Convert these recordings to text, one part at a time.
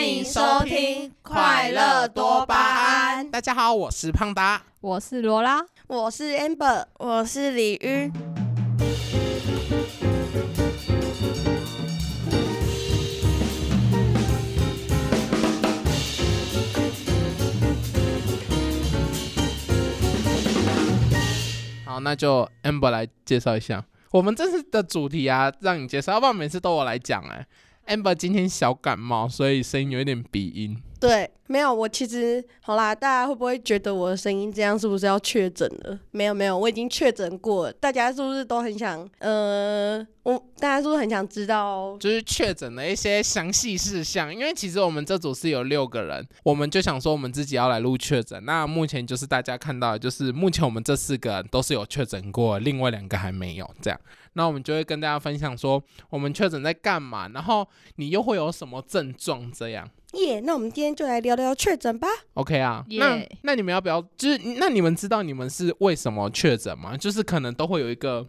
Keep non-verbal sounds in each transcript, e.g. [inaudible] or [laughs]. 迎收听快乐多巴胺大家好，我是胖达。我是罗拉，我是 Amber，我是李云。好，那就 Amber 来介绍一下我们这次的主题啊，让你介绍，要不然每次都我来讲哎、Amber 今天小感冒，所以声音有一点鼻音。对，没有，我其实好啦，大家会不会觉得我的声音这样是不是要确诊了？没有没有，我已经确诊过了，大家是不是都很想？呃，我大家是不是很想知道？就是确诊的一些详细事项，因为其实我们这组是有六个人，我们就想说我们自己要来录确诊。那目前就是大家看到的，就是目前我们这四个人都是有确诊过，另外两个还没有这样。那我们就会跟大家分享说我们确诊在干嘛，然后你又会有什么症状这样。耶那我们今天就来聊聊确诊吧。 OK 啊那耶那你们要不要？就是那你们知道你们是为什么确诊吗？就是可能都会有一个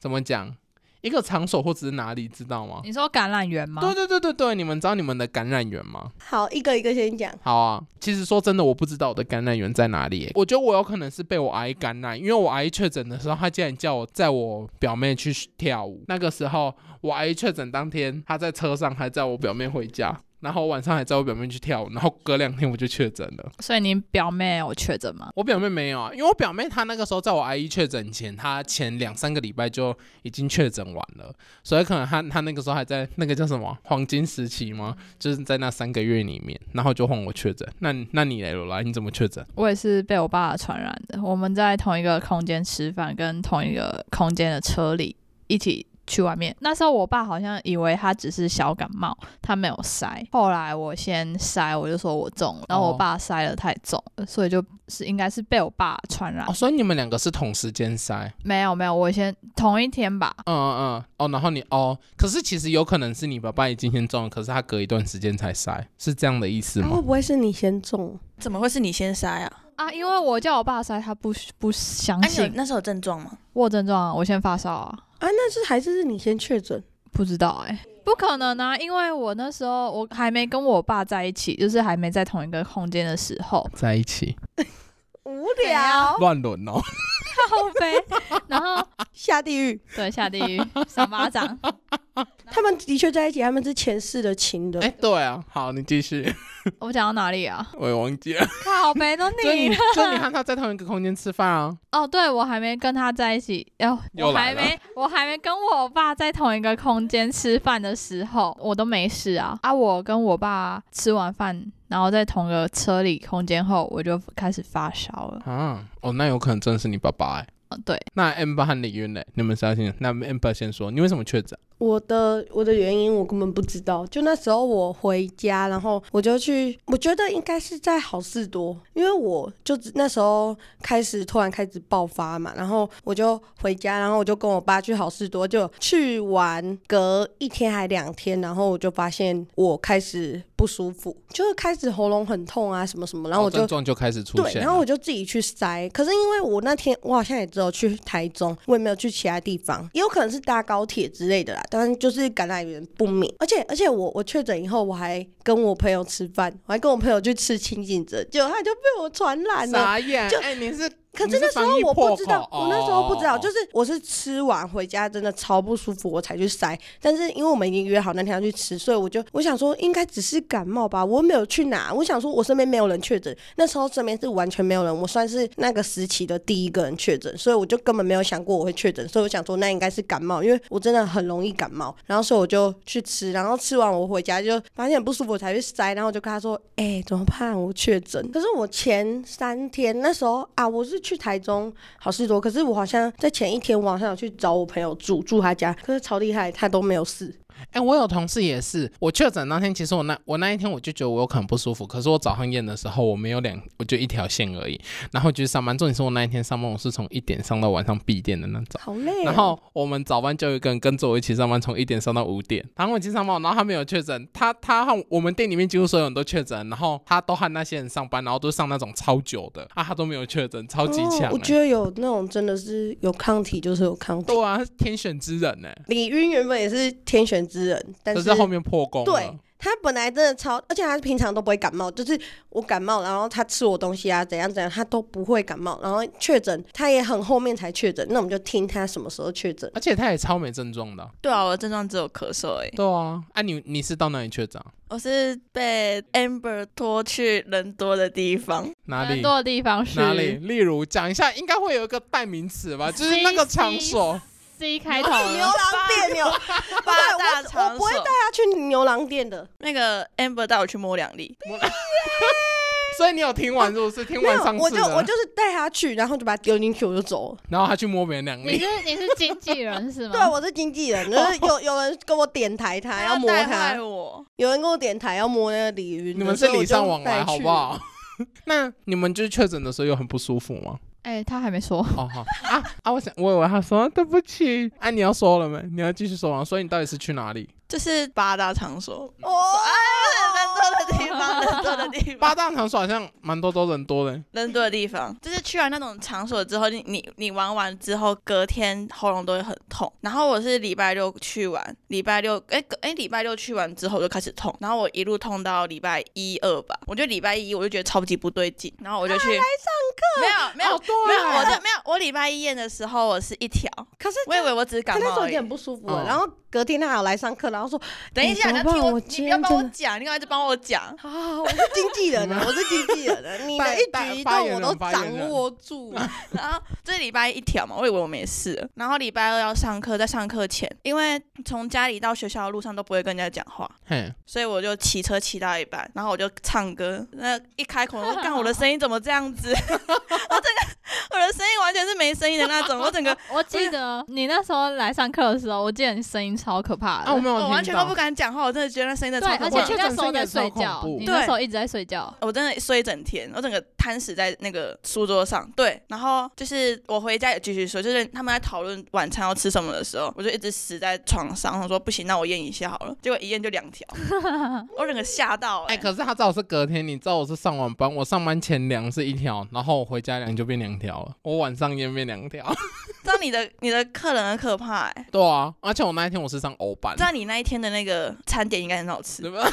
怎么讲，一个场所或者是哪里，知道吗？你说感染源吗？对对对对对，你们知道你们的感染源吗？好，一个一个先讲。好啊，其实说真的，我不知道我的感染源在哪里欸。我觉得我有可能是被我阿姨感染，因为我阿姨确诊的时候，她竟然叫我载我表妹去跳舞。那个时候，我阿姨确诊当天，她在车上还载我表妹回家，然后晚上还载我表妹去跳舞，然后隔两天我就确诊了。所以你表妹有确诊吗？我表妹没有啊，因为我表妹她那个时候在我阿姨确诊前，她前两三个礼拜就已经确诊完了，所以可能她她那个时候还在那个叫什么黄金时期吗？就是在那三个月里面，然后就换我确诊。那你那你嘞，罗拉，你怎么确诊？我也是被我爸传染的。我们在同一个空间吃饭，跟同一个空间的车里一起去外面。那时候我爸好像以为他只是小感冒，他没有筛。后来我先筛，我就说我中哦了，然后我爸筛了太重了，所以就是应该是被我爸传染哦，。所以你们两个是同时间筛，没有没有，我先同一天吧。嗯嗯嗯，哦，然后你哦，可是其实有可能是你爸爸已经先中了，可是他隔一段时间才筛，是这样的意思啊吗？，会不会是你先中？怎么会是你先筛啊？啊，因为我叫我爸筛，他不不相哎、你有信。那时候有症状吗？我有症状啊，我先发烧啊。啊，那是还是是你先确诊？不知道哎、不可能啊！因为我那时候我还没跟我爸在一起，就是还没在同一个空间的时候在一起无聊，乱伦哦，靠背， [laughs] 然后下地狱。对下地狱赏巴 [laughs] 掌，他们的确在一起，他们是前世的情人。哎、对啊，好，你继续， [laughs] 我讲到哪里啊？我也忘记了。靠背都就你 [laughs] 你就你和他在同一个空间吃饭啊？哦，对我还没跟他在一起，哦，又我来还了没我还没跟我爸在同一个空间吃饭的时候，我都没事啊啊！我跟我爸吃完饭，然后在同个车里空间后，我就开始发烧了。啊，哦，那有可能真的是你爸爸哎、哦，对，那 Amber 和李云嘞，你们相信？那 Amber 先说，你为什么确诊？我的我的原因我根本不知道，就那时候我回家，然后我就去，我觉得应该是在好事多，因为我就只那时候开始突然开始爆发嘛，然后我就回家，然后我就跟我爸去好事多，就去玩，隔一天还两天，然后我就发现我开始不舒服，就是开始喉咙很痛啊什么什么，然后我哦就症状就开始出对，现了。然后我就自己去塞。可是因为我那天我好像也只有去台中，我也没有去其他地方，也有可能是搭高铁之类的啦。当然就是感染源不明，而且而且我我确诊以后，我还跟我朋友吃饭，我还跟我朋友去吃清景泽，结果他就被我传染了。傻眼，就哎、你是可你是那时防候疫我破不知道口，我那时候不知道，哦就是我是吃完回家真的超不舒服，我才去塞。但是因为我们已经约好那天要去吃，所以我就我想说应该只是感冒吧，我没有去哪。我想说我身边没有人确诊，那时候身边是完全没有人，我算是那个时期的第一个人确诊，所以我就根本没有想过我会确诊，所以我想说那应该是感冒，因为我真的很容易感冒。然后所以我就去吃，然后吃完我回家就发现很不舒服，我才去塞。然后我就跟他说：“哎、怎么办？我确诊。”可是我前三天那时候啊，我是去台中好事多，可是我好像在前一天晚上有去找我朋友住，住他家，可是超厉害，他都没有事。哎、我有同事也是，我确诊那天，其实我那我那一天我就觉得我有可能不舒服，可是我早上验的时候我没有两，我就一条线而已，然后就去上班。重点是我那一天上班，我是从一点上到晚上闭店的那种。好累、哦然后我们早班就有一个人跟着我一起上班，从一点上到五点。然后我已经上班，然后他没有确诊，他他和我们店里面几乎所有人都确诊，然后他都和那些人上班，然后都上那种超久的啊，他都没有确诊，超级强、欸哦我觉得有那种真的是有抗体就是有抗体。对啊，他是天选之人呢、李云原本也是天选之人，但可是是后面破功了。对他本来真的超，而且他平常都不会感冒，就是我感冒，然后他吃我东西啊，怎样怎样，他都不会感冒。然后确诊，他也很后面才确诊，那我们就听他什么时候确诊。而且他也超没症状的啊、对啊，我的症状只有咳嗽而已。对啊，啊你你是到哪里确诊啊？我是被 Amber 拖去人多的地方，哪很里？多的地方是哪里？例如讲一下，应该会有一个代名词吧，就是那个场 [laughs] 所。 C 开头的，啊牛郎店有， [laughs] 八大我场不会带所。他去牛郎店的。那个 Amber 带我去摸两粒，所以你有听完是不是？听没完有上，我次就我的，就是带他去，然后就把他丢进去，我就走了。然后他去摸别人两你粒，是你是经纪人嗯是吗？对，啊我是经纪人，就是有有人跟我点台， [laughs] 他要摸哦带他坏，我。有人跟我点台要摸那个鲤鱼，你们是所以我礼就尚往来带好去不？好？那你们就是确诊的时候有很不舒服吗？哎、他还没说，哦好啊啊！我想我以为他说对不起，啊你要说了没？你要继续说吗？所以你到底是去哪里？就是八大场所，啊哦，人多的地方，人多的地方，八大场所好像蛮多都人多的，人多的地方，就是去完那种场所之后，你你你玩完之后，隔天喉咙都会很痛。然后我是礼拜六去玩，礼拜六哎隔哎礼拜六去完之后我就开始痛，然后我一路痛到礼拜一二吧，我觉得礼拜一我就觉得超级不对劲，然后我就去啊来上课，没有没哎有。哦对没有，我的没有，我礼拜一验的时候我是一条，可是我以为我只是他感那时冒候而已已经。很不舒服了，嗯然后隔天他还有来上课，然后说等一下，哎你要怎么听办我，我你今不要天帮我真的讲，你赶快就帮我讲。啊， [laughs] 我是经纪人啊，我是经纪人 [laughs] 啊，你的代一代举一发动言我人都发言掌人握 [laughs] 住。然后这礼拜一条嘛，我以为我没事了。然后礼拜二要上课，在上课前，因为从家里到学校的路上都不会跟人家讲话，嘿，所以我就骑车骑到一半，然后我就唱歌，那一开口我就干，我的声音怎么这样子？我 [laughs] 整个我的声音完全是没声音的那种，我整个 [laughs] 我记得你那时候来上课的时候，我记得你声音超可怕的。啊我没有听到，我完全都不敢讲话，我真的觉得那声音真的对，超可而怕且我觉你得的。那时这候在个声音睡也超觉恐，怖你那时候一直在 [laughs] 睡觉。啊我真的睡一整天，我整个瘫死在那个书桌上。对，然后就是我回家也继续睡，就是他们在讨论晚餐要吃什么的时候，我就一直死在床上。我说不行，那我验一下好了。 [laughs] 结果一验就两条，我整个吓到、欸。哎、可是他知道我是隔天，你知道我是上晚班，我上班前量是一条，然后我回家量就变两条了，我晚上也变两条。知道你的你的客人很可怕、欸，对啊，而且我那一天我是上欧班知，道你那一天的那个餐点应该很好吃，对 [laughs] 吧？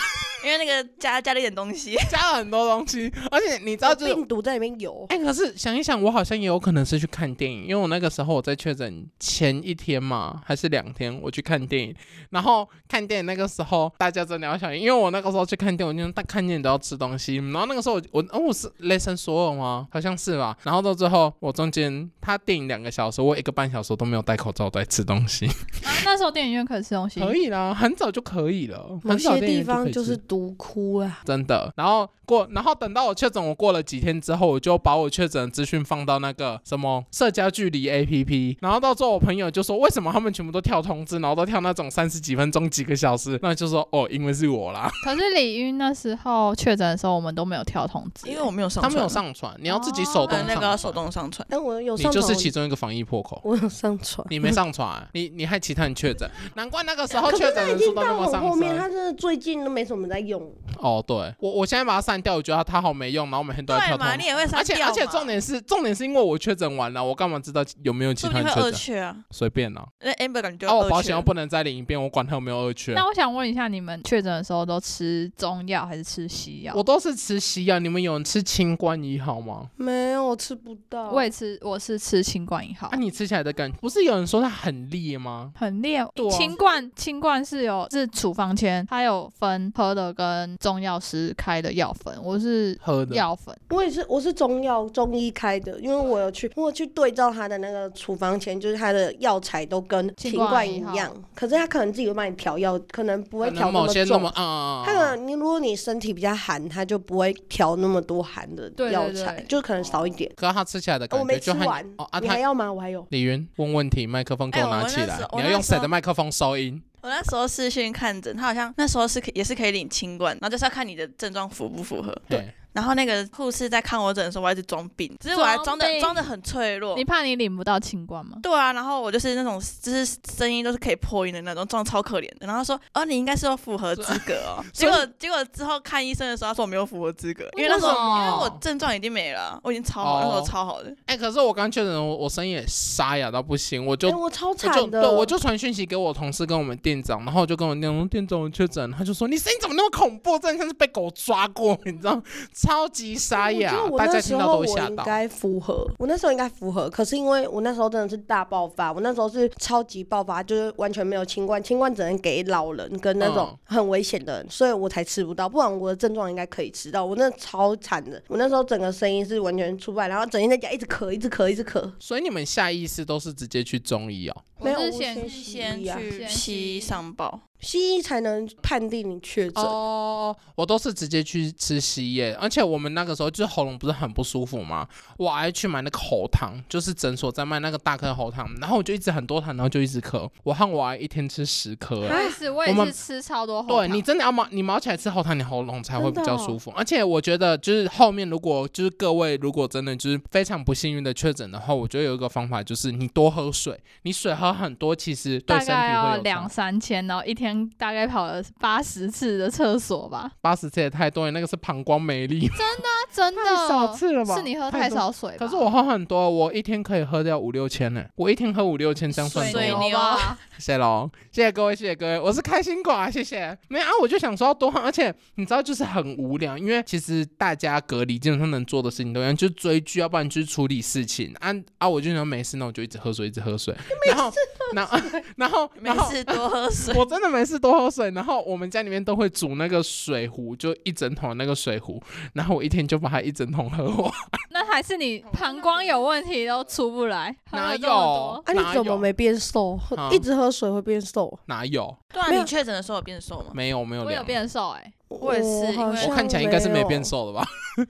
因为那个加加了一点东西。加了很多东西，而且你知道有就是。病毒在里面有，哎、可是想一想，我好像也有可能是去看电影，因为我那个时候我在确诊前一天嘛，还是两天，我去看电影。然后看电影那个时候，大家真的要小心，因为我那个时候去看电影，我就大看电影都要吃东西。然后那个时候我我哦我是雷神索尔吗？好像是吧。然后到最后，我中间他电影两个小时，我一个半小时都没有戴口罩在吃东 [laughs] 西。啊那时候电影院可以吃东西，可以啦，很早就可以了，某很早些电影地可方以就吃是毒窟啊。真的。然后过，然后等到我确诊，我过了几天之后，我就把我确诊的资讯放到那个什么社交距离 APP，然后到最后我朋友就说，为什么他们全部都跳通知，然后都跳那种三十几分钟、几个小时？那就说哦，因为是我 [laughs] 啦，可是李云那时候确诊的时候，我们都没有跳通知，因为我没有上他传，们有上传，你要自己手动哦上呃那传，个要手，动上传。但我有你上就是传，其中一个防疫破口。我有上传。你没上传、啊你你害其他人确诊，难怪那个时候可确是他诊已人数经都那到么很上后面，升。他真的最近都没什么在用。哦，对我我现在把它删掉，我觉得它好没用，然后我每天都在对啊跳通嘛，知你。也会删而且掉而且嘛重，点是重点是因为我确诊完了，我干嘛知道有没有其说不他定人确会二诊？缺啊。随便啦、那 Amber 感觉啊，要我二保缺险又不能再领一遍，我管他有没有二缺那，我想问一下，你们确诊的时候都吃中药还是吃西药？我都是吃西药。你们有人吃清冠一号吗？没有，我吃不到。我也吃，我是吃清冠一号啊，，你吃起来的感觉，不是有人说它很烈吗？很烈对啊。清冠清冠是有是处方签，它有分喝的跟中药师开的药粉，我是喝的药粉。我也是，我是中药中医开的，因为我有去，我有去对照他的那个处方前，就是他的药材都跟清秦冠冠一一号样，可是他可能自己会帮你调药，可能不会可调能那某么些那重。么啊啊，啊他可能你如果你身体比较寒，他就不会调那么多寒的对对药对材，就可能少一点。可是它吃起来的我感没觉吃就很完，哦啊，你还它要吗？我还有。李云问问题，麦克风给哎我拿我起那来时，你我要那用时谁候的麦克风收音？我那时候视讯看诊，他好像那时候是可以也是可以领清冠，然后就是要看你的症状符不符合。对，然后那个护士在看我诊的时候，我还是装病，只是我还装装病的装的很脆弱你。怕你领不到清冠吗？哦对啊，然后我就是那种就是声音都是可以破音的那种，装超可怜的。然后他说，哦，你应该是有符合资格 [laughs] 哦。所结以果结果之后看医生的时候，他说我没有符合资格，因为那时为候什么因为我症状已经没了，我已经超好，哦那时候超好的。哎、可是我刚确诊，我我声音也沙哑到不行，我就哎我超我就惨的，对，我就传讯息给我同事跟我们店长，然后我就跟我店长说店长我确诊，他就说你声音怎么那么恐怖，真的像是被狗抓过， [laughs] 你知道，超级沙哑我觉得，我大家那时听候到都我会吓应到。该符合，我那时候应该符合，可是因为我那时候真的是大爆发，我那时候是超级爆发，就是完全没有清冠，清冠只能给老人跟那种嗯很危险的人，所以我才吃不到，不然我的症状应该可以吃到。我那超惨的，我那时候整个声音是完全出不来，然后整天在家一直咳，一直咳，一直咳，所以你们下意识都是直接去中医哦。没有我我是先先先西医啊去先西医上报，西医才能判定你确诊。哦，我都是直接去吃西药，而且我们那个时候就是喉咙不是很不舒服嘛，我还去买那个喉糖，就是诊所在卖那个大颗喉糖，然后我就一直很多痰，然后就一直咳。我和我还一天吃十颗、欸我也是，我我也们是吃超多红对糖你真的要毛，你毛起来吃喉糖，你喉咙才会比真的较哦舒服。而且我觉得，就是后面如果就是各位如果真的就是非常不幸运的确诊的话，我觉得有一个方法就是你多喝水，你水喝很多，其实对大身体概会要有两三千，然后一天大概跑了八十次的厕 [laughs] 所吧。八十次也太多了，那个是膀胱没力，那真的哦太少次了吧？是你喝太。少水吧？可是我喝很多，我一天可以喝掉五六千呢、我一天喝五六千，这样算多啊水水吗牛啊牛吧？谢龙，谢谢各位，谢谢各位，我是开心果啊，谢谢。没有啊，我就想说要多喝，而且你知道就是很无聊，因为其实大家隔离基本上能做的事情都一样，就是追剧，要不然就是处理事情。啊啊，我就想没事，那我就一直喝水，一直喝水。然后，然后， [laughs] 然后，没然后。事多喝水。我真的没事多喝水，然后我们家里面都会煮那个水壶，就一整桶那个水壶，然后我一天就把它一整桶喝完。 [laughs] [laughs] 那还是你膀胱有问题都出不来？喝哪了这有？么多啊！你哪怎么有？没变瘦？喝啊一直喝水会变瘦？哪有？ [laughs] 对啊，没有你确诊的时候有变瘦吗？没有，没有我有量。变瘦哎、我也是因为好像我看起来应该是没有变瘦了吧？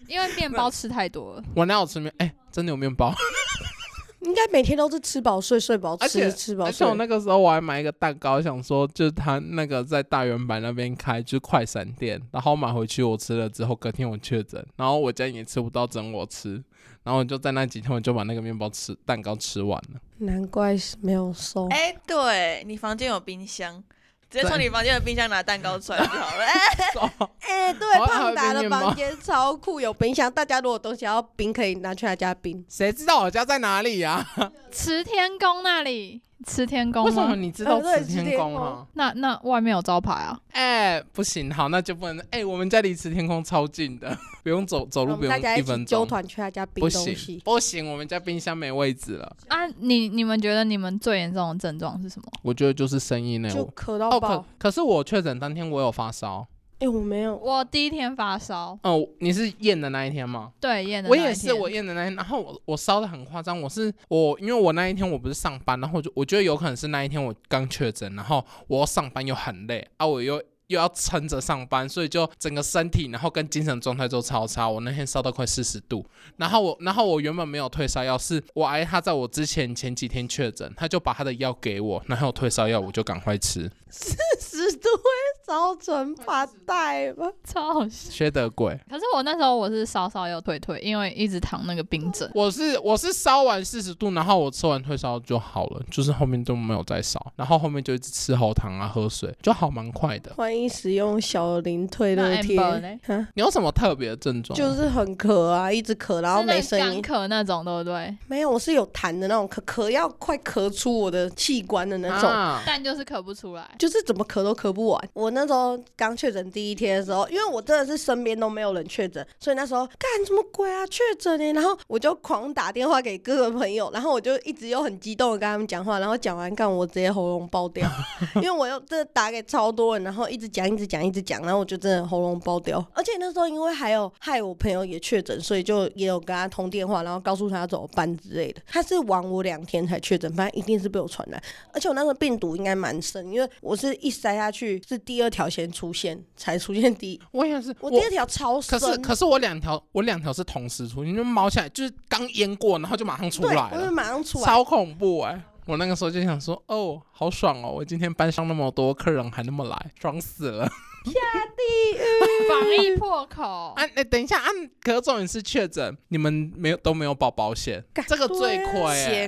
因为面包吃太多 [laughs] 了。我哪有吃面？哎、真的有面包。应该每天都是吃饱睡，睡饱而且吃，吃饱而且睡哎我。那个时候我还买一个蛋糕，想说就是他那个在大圆板那边开，就是快闪店，然后买回去我吃了之后，隔天我确诊，然后我家也吃不到整我吃，然后我就在那几天我就把那个面包吃蛋糕吃完 [laughs] 了。难怪是没有瘦。哎、对你房间有冰箱，直接从哦对你房间的冰箱拿蛋糕出来就好了。哎、哦哎、对好像还有冰面包间超酷，有冰箱。大家如果东西要冰，可以拿去他家冰。谁知道我家在哪里呀、慈天宫那里，慈天 [laughs] 宫为什吗么你知道呃对慈天慈天宫宫啊？那那外面有招牌啊？哎、不行，好，那就不能。哎、我们家离慈天宫超近的，不用走走我路，不们用大家一一分起揪钟。团去他家冰不东行西，。不行，我们家冰箱没位置了。啊，你你们觉得你们最严重的症状是什么？我觉得就是声音呢。就咳到哦，爆。哎、哎可可是我确诊当天我有发烧。我没 [laughs] 有，我第一天发烧，哦，你是验的那一天吗？对，验的我那也一是，天我验的那一天，然后我我烧的很夸张，我是我，因为我那一天我不是上班，然后我就我觉得有可能是那一天我刚确诊，然后我上班又很累啊，我又又要撑着上班，所以就整个身体然后跟精神状态都超差，我那天烧到快四十度，然后我然后我原本没有退烧药，是我阿姨她在我之前前几天确诊，她就把她的药给我，然后退烧药我就赶快吃，十度会烧成发带吧？超好笑。缺德鬼。可是我那时候我是稍稍有退退，因为一直躺那个冰枕。我是我是烧完四十度，然后我吃完退烧就好了，就是后面都没有再烧，然后后面就一直吃喉糖啊，喝水就好，蛮快的。欢迎使用小林退热那 Amber 贴嘞，哈你有什么特别的症状吗？就是很咳啊，一直咳，然后是那没声音。干咳那种，对不对？没有，我是有痰的那种，咳咳要快咳出我的器官的那种。啊，但就是咳不出来。就是怎么咳都咳不完。我那时候刚确诊第一天的时候，因为我真的是身边都没有人确诊，所以那时候干什么鬼啊，确诊呢？然后我就狂打电话给各个朋友，然后我就一直又很激动的跟他们讲话，然后讲完干我直接喉咙爆掉，因为我又真的打给超多人，然后一直讲一直讲一直讲，然后我就真的喉咙爆掉。而且那时候因为还有害我朋友也确诊，所以就也有跟他通电话，然后告诉他怎么办之类的。他是晚我两天才确诊，反正一定是被我传染。而且我那个病毒应该蛮深，因为我是一塞下去是第二条先出现，才出现第一。我也是，我第二条超深可，是可是我两条我两条是同时出，你就猫起来就是刚淹过，然后就马上出对，来我就了，马上出来。超恐怖哎、我那个时候就想说，哦，好爽哦！我今天班上那么多客人还那么来，爽死了。防疫破哦口。啊，哎，等一下，啊，可重点是确诊，你们没有都没有保保险，干这个最亏、血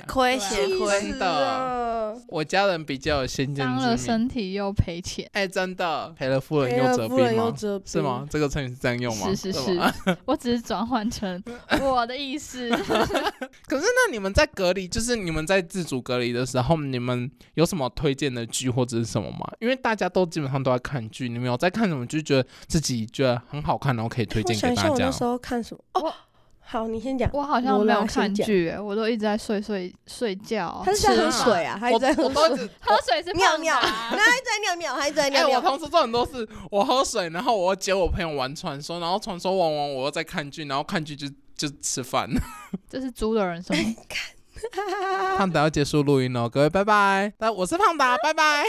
欸。亏对啊血气亏死，真的，我家人比较有先见伤了之明，身体又赔钱，哎、真的赔了夫人赔又了折夫人兵又吗？折兵是吗？？这个成语是这样用吗？是是吗 [laughs] 是， [laughs] 我只是转换成我的意思。可是那你们在隔离，就是你们在自主隔离的时候，你们有什么推荐的剧或者是什么吗？因为大家都基本上都在看剧，你们有在看什么剧，觉得自己觉得很好看，然后可以推我荐想给一大下，我家那？时候看什么？我哦，好，你先讲。我好像罗没拉有先看讲剧欸，我都一直在睡睡睡觉。他是在吃喝饭水啊，他一我直在我喝都一水，直喝水是尿胖尿， [laughs] 的他啊一直在尿尿，他一直在 [laughs] 哎、尿我尿。同事做很多事，我喝水，然后我接我朋友玩传说，然后传说玩完我又在看剧，然后看剧就就吃饭。这是猪的人什么？ [laughs] 胖达要结束录音了，各位拜拜。那我是胖达，拜拜。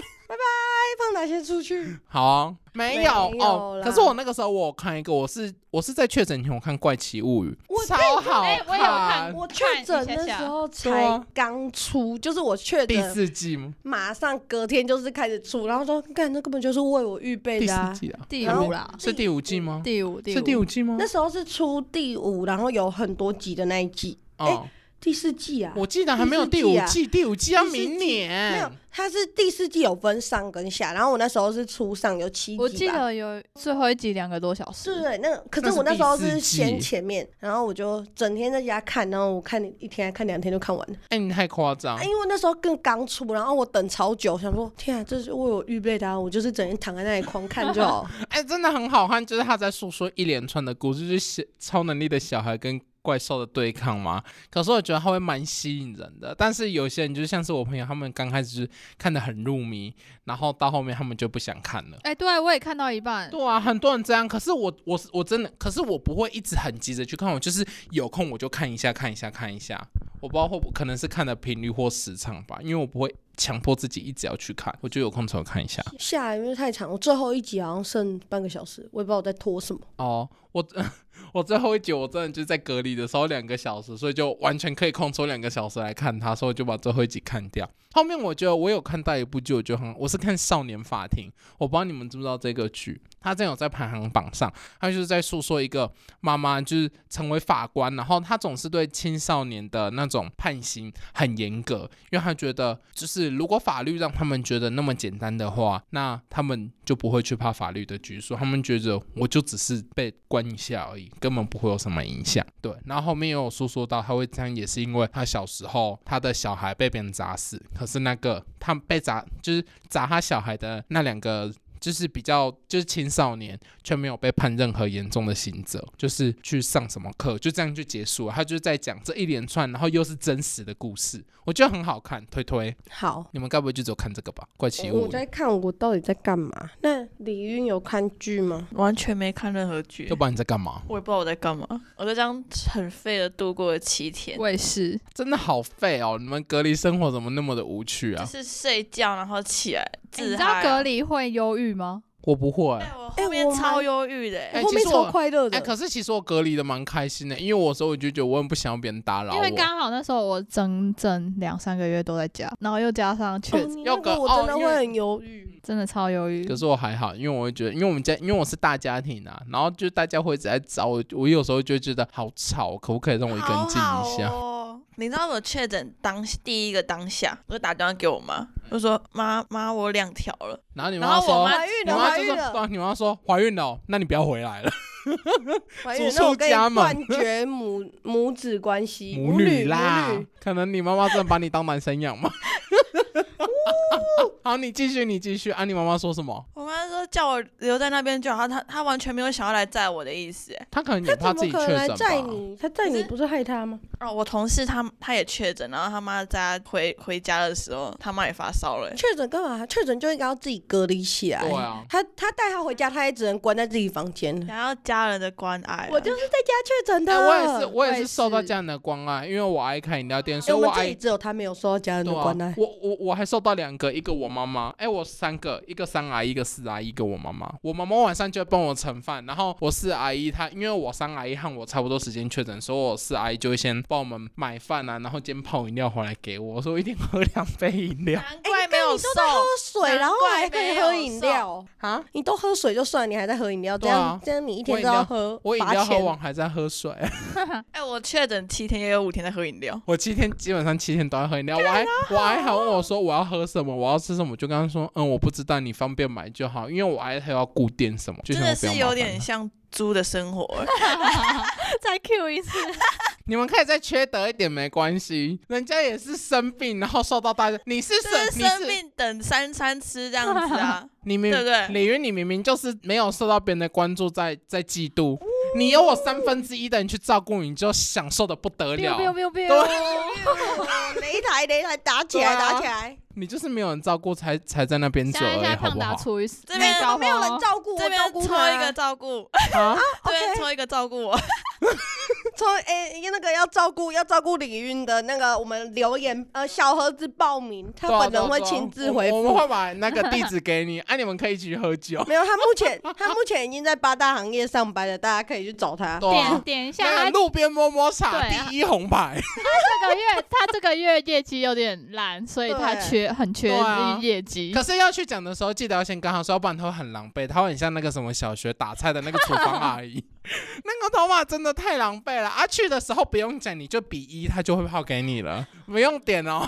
放哪些出 [laughs] 去？好啊、没没有有哦。啦可是我那个时候我有看一个，我是我是在确诊前我看《怪奇物语》，超好哎我有看我确诊的时候对才啊刚出，就是我确第诊，四季吗？马上隔天就是开始出，然后说，干，那根本就是为我预备第的、四啊。季啊，第然后五啦，是第五季吗？第五，是第五五。季吗那？时候是出第五，然后有很多集的那一季，哦，第四季啊，我哎记得还没有第五季，第五季要明没有年。，它是第四季有分上跟下，然后我那时候是出上有七集吧，我记得有最后一集两个多小是啊时，对，那个可那是是我那时候第四是季先前面，然后我就整天在家看，然后我看一天看两天就看完了，哎，你太夸张啊、。因为我那时候更刚出，然后我等超久，想说天啊，这是为我预备的、啊，我就是整天躺在那里狂看就好。哎、真的很好看，就是他在诉说一连串的故事，就是小超能力的小孩跟怪兽的对抗嘛。可是我觉得他会蛮吸引人的，但是有些人就像是我朋友，他们刚开始就是看得很入迷，然后到后面他们就不想看了。哎，对我也看到一半，对啊，很多人这样。可是我，我是我真的，可是我不会一直很急着去看，我就是有空我就看一下，看一下，看一下。我不知道会不可能是看的频率或时长吧，因为我不会强迫自己一直要去看，我就有空才会看一下。下来因为太长，我最后一集好像剩半个小时，我也不知道我在拖什么。哦，我 [laughs] 我最后一集我真的就在隔离的时候两个小时，所以就完全可以空出两个小时来看它，所以我就把最后一集看掉。后面我觉得我有看到一部剧，我觉得很，我是看《少年法庭》，我不知道你们知不知道这个剧，它真的有在排行榜上，它就是在诉说一个妈妈就是成为法官，然后她总是对青少年的那种判刑很严格，因为她觉得就是如果法律让他们觉得那么简单的话，那他们就不会去怕法律的拘束，他们觉得我就只是被关一下而已，根本不会有什么影响。对，然后后面也有诉说到他会这样，也是因为他小时候他的小孩被别人砸死，可是那个他被砸就是砸他小孩的那两个。就是比较就是青少年，却没有被判任何严重的刑责，就是去上什么课，就这样就结束了。他就是在讲这一连串，然后又是真实的故事，我觉得很好看，推推。好，你们该不会就只有看这个吧？怪奇我物我语。在看我到底在干嘛？那李云有看剧吗？ [laughs] 完全没看任何剧要。不然你在干嘛？我也不知道我在干嘛，我就这样很废的度过了七天，我也是，哎真的好废哦！你们隔离生活怎么那么的无趣就啊？是睡觉然后起来哎你自知嗨道啊。隔离会忧郁吗？我不会。哎，我哎后面我蛮超忧郁的、欸哎后面其实我超快乐啊的，哎、哦可是其实我隔离的蛮开心的，因为我有时候我就觉得我很不想要别人打扰因我为。刚好那时候我整整两三个月都在家，然后又加上确哦，诊，你要那隔个我真哦的因为会很犹豫。真的超忧郁可。是我还好，因为我会觉得，因为我们家，因为我是大家庭啊，然后就大家会一直在找我，我有时候就觉得好吵，可不可以让我一个人静好一下？好哦、你知道我确诊当第一个当下，我就打电话给我妈，我说妈妈，我两条了。然后你然妈后我说，妈怀孕你了，妈怀就孕了说，对，啊你妈说怀孕了哦，那你不要回来了。怀孕了。逐那出我跟你家门断绝母母子关系，母女女啦，母女可能你妈妈真的把你当男生养嘛。 [laughs] 好，你继续，你继续。啊，你妈妈说什么？我妈说叫我留在那边就好，她她完全没有想要来载我的意思。哎她可能也他怕自怎己么可确能来诊载吧。你？他载可你是不是害他吗？哦，我同事她她也确诊，然后她妈在她回回家的时候，她妈也发烧了。哎确诊干嘛？确诊就应该要自己隔离起来。对啊，他他带他回家，他也只能关在自己房间。想要家人的关爱啊、我就是在家确诊哎、的，我也是，我也我也是是受到这样的关爱，因为我爱开饮料店，哎所以我我们这里爱。只有他没有受到家人对的啊 [laughs] 关爱，。我我我还受到两个，一个我妈妈，哎、我三个，一个三阿姨，一个四阿姨，个我妈妈，我妈妈晚上就会帮我盛饭，然后我四阿姨她因为我三阿姨和我差不多时间确诊，所以我四阿姨就会先帮我们买饭啊，然后煎泡饮料回来给我，所以我一天喝两杯饮 [laughs] 料难哎怪你没看有你瘦都在喝水，难然后怪还可以没喝有饮瘦料。啊。你都喝水就算，你还在喝饮料，这对啊样这样你一我天饮都要料喝我饮八料喝千。 [laughs] 完还在喝水，哎、我确诊七天，也有五天在喝饮料。我七天基本上七天都在喝饮料，我还我还好问我说我要喝什么，我要吃什么，就跟他说嗯我不知道，你方便买就好，因为我还还要固定什么，就想真的我不要是麻有烦啊点他像猪的生活欸，再 Q 一次，你们可以再缺德一点没关系，人家也是生病，然后受到大家，你是生就是你生是病等三餐吃这样子啊。你明对不对李云你明明就是没有受到别人的关注在，在嫉妒，你有我三分之一的人去照顾你，你就享受的不得，biu biu 了， biu biu，对擂台擂台打起来对啊打起来，你就是没有人照顾才才在那边现走在现而在哎已，好胖不达好？处于这边高哦没有人峰照顾这我，边照抽顾一他个，照顾，啊，这边抽一个照顾我。抽哎那个要照顾要照顾李云的那个我们留言呃小盒子报名，他对啊本对啊人会对啊亲自回我我们复。会把那个地址给你，啊，你们可以一起去喝 [laughs] 酒。没有，他目前他目前已经在八大行业上班了，大家可以去找他。对点啊，点一下那他个路边摸摸茶对啊第一红牌，这个月他这个月业绩有点烂，所以他对缺很缺对啊业绩。可是要去讲的时候，记得要先跟他说，要不然他会很狼狈，他会很像那个什么小学打菜的那个厨房阿姨， [laughs] 那个头发真的太狼狈了。啊，去的时候不用讲，你就比一，他就会泡给你了，不用点哦。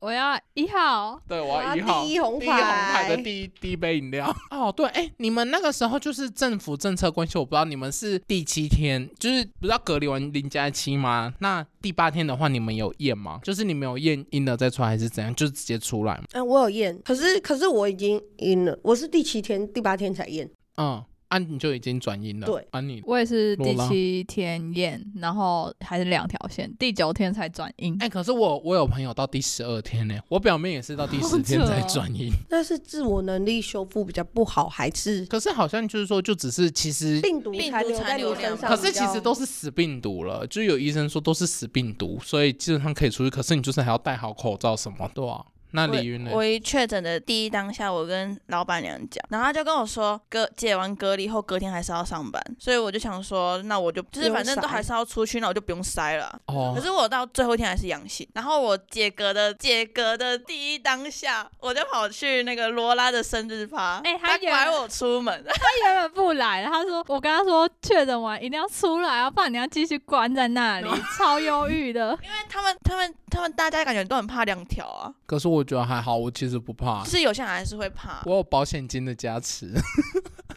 我要一号， [laughs] 对，我哇要一号，第一红牌牌的第一第一杯饮料。哦，对，哎，你们那个时候就是政府政策关系，我不知道你们是第七天，就是不是要隔离完零加七吗？那第八天的话，你们有验吗？就是你们有验阴了再出来，还是怎样？就直接出来吗？嗯，我有验，可是可是我已经阴了，我是第七天、第八天才验。嗯，啊，你就已经转阴了。对，啊你。我也是罗第拉七天验，然后还是两条线，第九天才转阴。 [laughs] 哎、可是我我有朋友到第十二天呢、我表妹也是到第好十天扯才哦转阴，那是自我能力修复比较不好，还是可是好像就是说，就只是其实，病毒病残毒留残在你留量身上可比较？是其实都是死病毒了，就有医生说都是死病毒，所以基本上可以出去，可是你就是还要戴好口罩什么，对啊。那李云呢我？我一确诊的第一当下，我跟老板娘讲，然后她就跟我说，隔解完隔离后，隔天还是要上班，所以我就想说，那我就就是不用反正筛都还是要出去，那我就不用筛了。可哦，是我到最后一天还是阳性，然后我解隔的解隔的第一当下，我就跑去那个罗拉的生日趴，哎她她原拐我出门， [laughs] 他原本不来了，他说我跟他说确诊完一定要出来啊，不然你要继续关在 [laughs] 那里，超忧郁的。因为他们他们他们大家感觉都很怕两条啊，可是我觉得还好，我其实不怕就，是有些人还是会怕。啊我有保险金的加持。 [laughs]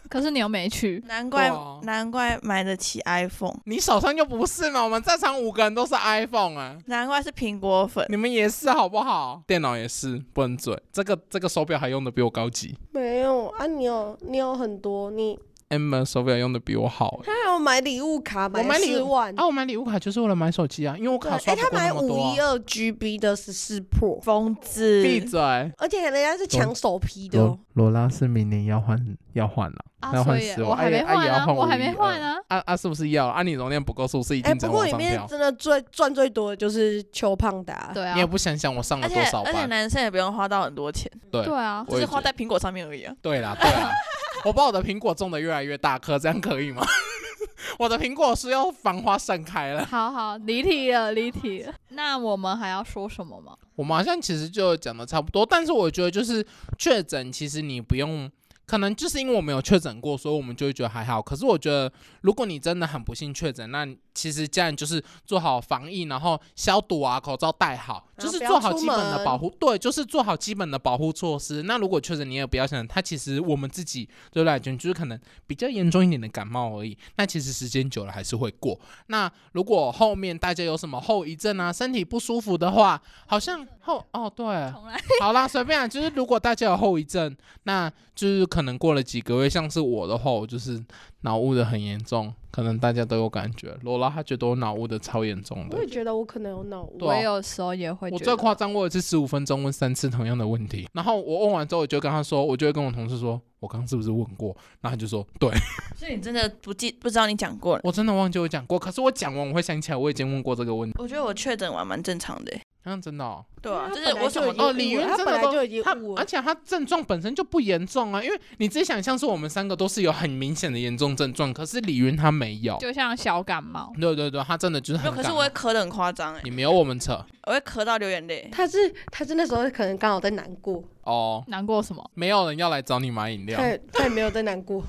可是你又没去，难怪对啊难怪买得起 iPhone，你手上就不是嘛？我们在场五个人都是 iPhone 啊。难怪是苹果粉。你们也是好不好？电脑也是，不能嘴。这个这个手表还用的比我高级没有啊，你有你有很多，你，M 手表用的比我好、欸。他还有买礼物卡，我买礼四物万。啊，我买礼物卡就是为了买手机啊，因为我对，卡哎、刷不他过买那么五多、一啊。二 GB 的十四 Pro，疯子，闭嘴！而且人家是抢首批的、哦罗。罗拉是明年要换要换了、啊那所换以十五，我还啊也没换啊也要啊换我还没512换啊啊啊，是不是要啊？你容量不够，是不是已哎、经不整过往里上面跳？真的最赚最多的就是邱胖达，对啊你也，不想想我上了而且多少而且班？男生也不用花到很多钱，对对啊，我也只是觉花得在苹果上面而已啊。对啦对啦， [laughs] 我把我的苹果种的越来越大颗，这样可以吗？ [laughs] 我的苹果是要繁花盛开了。好好离题了，离 [laughs] 题了。那我们还要说什么吗？我们好像其实就讲的差不多，但是我觉得就是确诊，其实你不用，可能就是因为我没有确诊过，所以我们就会觉得还好。可是我觉得，如果你真的很不幸确诊，那其实家人就是做好防疫，然后消毒啊，口罩戴好，然就后是不要做好出基本的门保护。对，就是做好基本的保护措施。那如果确诊，你也不要想，它其实我们自己对来讲，就是可能比较严重一点的感冒而已。那其实时间久了还是会过。那如果后面大家有什么后遗症啊，身体不舒服的话，好像后 [laughs] 哦对，重来。好啦，随便啊，就是如果大家有后遗症，那就是可能过了几个月，像是我的话，我就是脑雾的很严重，可能大家都有感觉。罗拉她觉得我脑雾的超严重的我也，觉得我可能有脑雾对。我啊有时候也会觉我得，最夸张，我有一次十五分钟问三次同样的问题，然后我问完之后，我就跟他说，我就会跟我同事说，我刚刚是不是问过？然后他就说，对所以你真的不记不知道你讲过了。我真的忘记我讲过，可是我讲完我会想起来我已经问过这个问题。我觉得我确诊完蛮正常的欸，嗯，真的哦，对啊，因就为是他本来我就什么已经都哦，李云啊他真本的来都就已经他误，了而且他症状本身就不严重啊，因为你自己想象是我们三个都是有很明显的严重症状，可是李云他没有，就像小感冒，对对对，他真的就是没有，很可感冒。是我会咳得很夸张哎你，没有我们扯我会咳到流眼泪。他是他是那时候可能刚好在难过，哦，难过什么？没有人要来找你买饮料他，也他也没有在难过。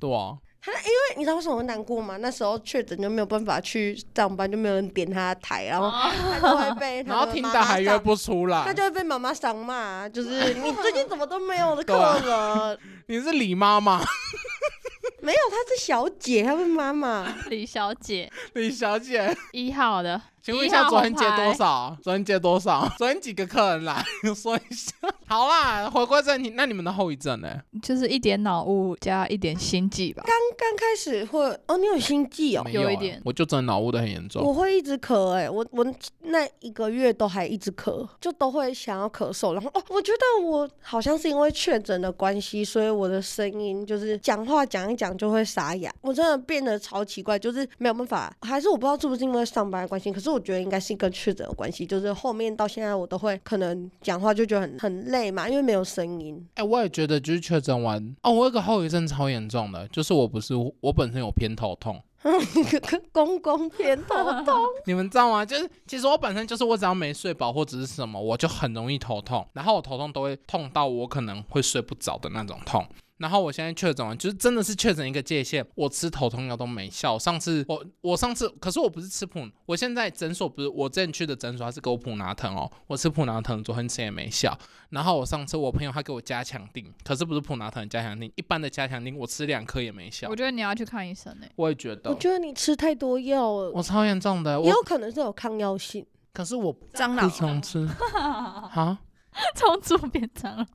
对啊，因为你知道为什么难过吗？那时候确诊就没有办法去上班，就没有人点他的台，然后他就会被他 [laughs] 然后的听妈到妈还约赏不出他来就，会被妈妈赏骂，就是 [laughs] 你最近怎么都没有的对客啊人， [laughs] 你是李妈妈，没有，她是小姐，她是妈妈，李小姐李小姐，一号的，请问一一下号昨天红接牌多少？昨天接多少？ [laughs] 昨天几个客人来？ [laughs] 说一下。好啦，回归正题，那你们的后遗症呢？就是一点脑雾加一点心悸吧。刚刚开始会哦，你有心悸哦。没有一欸点我就真的脑雾的很严重。我会一直咳哎、我我那一个月都还一直咳，就都会想要咳嗽。然后哦，我觉得我好像是因为确诊的关系，所以我的声音就是讲话讲一讲就会沙哑。我真的变得超奇怪，就是没有办法，还是我不知道是不是因为上班的关系，可是我觉得应该是跟确诊有关系。就是后面到现在我都会可能讲话就觉得很很累嘛，因为没有声音。 [laughs] 哎、我也觉得就是确诊完哦，我有个后遗症超严重的，就是我不是我本身有偏头痛，公公 [laughs] 偏头痛，你们知道吗？就是其实我本身就是我只要没睡饱或者是什么，我就很容易头痛，然后我头痛都会痛到我可能会睡不着的那种痛。然后我现在确诊完，就是真的是确诊一个界限，我吃头痛药都没效。上次我我上次可是我不是吃普，我现在诊所不是我之前去的诊所，它是给我普拿疼哦，我吃普拿疼，昨天吃也没效。然后我上次我朋友他给我加强定，可是不是普拿疼的加强定，一般的加强定我吃两颗也没效我。觉得你要去看医生欸诶、我也觉我得，觉得你吃太多药了，我超严重的，也我有可能是有抗药性。可是我蟑不螂，[laughs] 常吃啊。 [laughs] 从左边长了。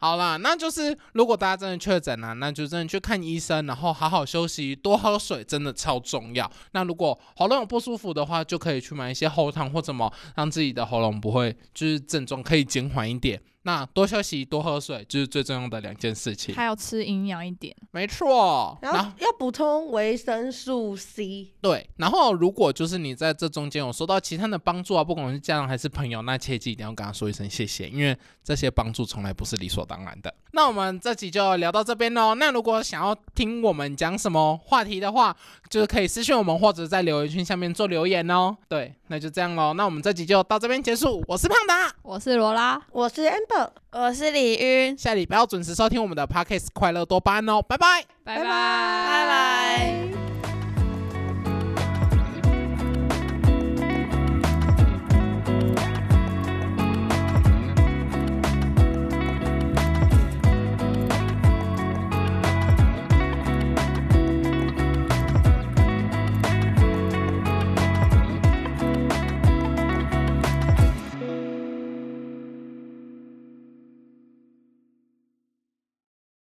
好啦，那就是如果大家真的确诊了，那就真的去看医生，然后好好休息，多喝水，真的超重要。那如果喉咙有不舒服的话，就可以去买一些喉糖或什么，让自己的喉咙不会就是症状可以减缓一点。那多休息，多喝水，就是最重要的两件事情。还有吃营养一点，没错。然后要补充维生素 C。对，然后如果就是你在这中间有收到其他的帮助啊，不管是家长还是朋友，那切记一定要跟他说一声谢谢，因为这些帮助从来不是理所当然的。那我们这集就聊到这边喽。那如果想要听我们讲什么话题的话，就是可以私信我们或者在留言区下面做留言哦。对，那就这样喽。那我们这集就到这边结束。我是胖达，我是罗拉，我是 Amber，我是李云，下礼拜要准时收听我们的 Podcast 快乐多巴胺哦，拜拜。拜拜拜拜。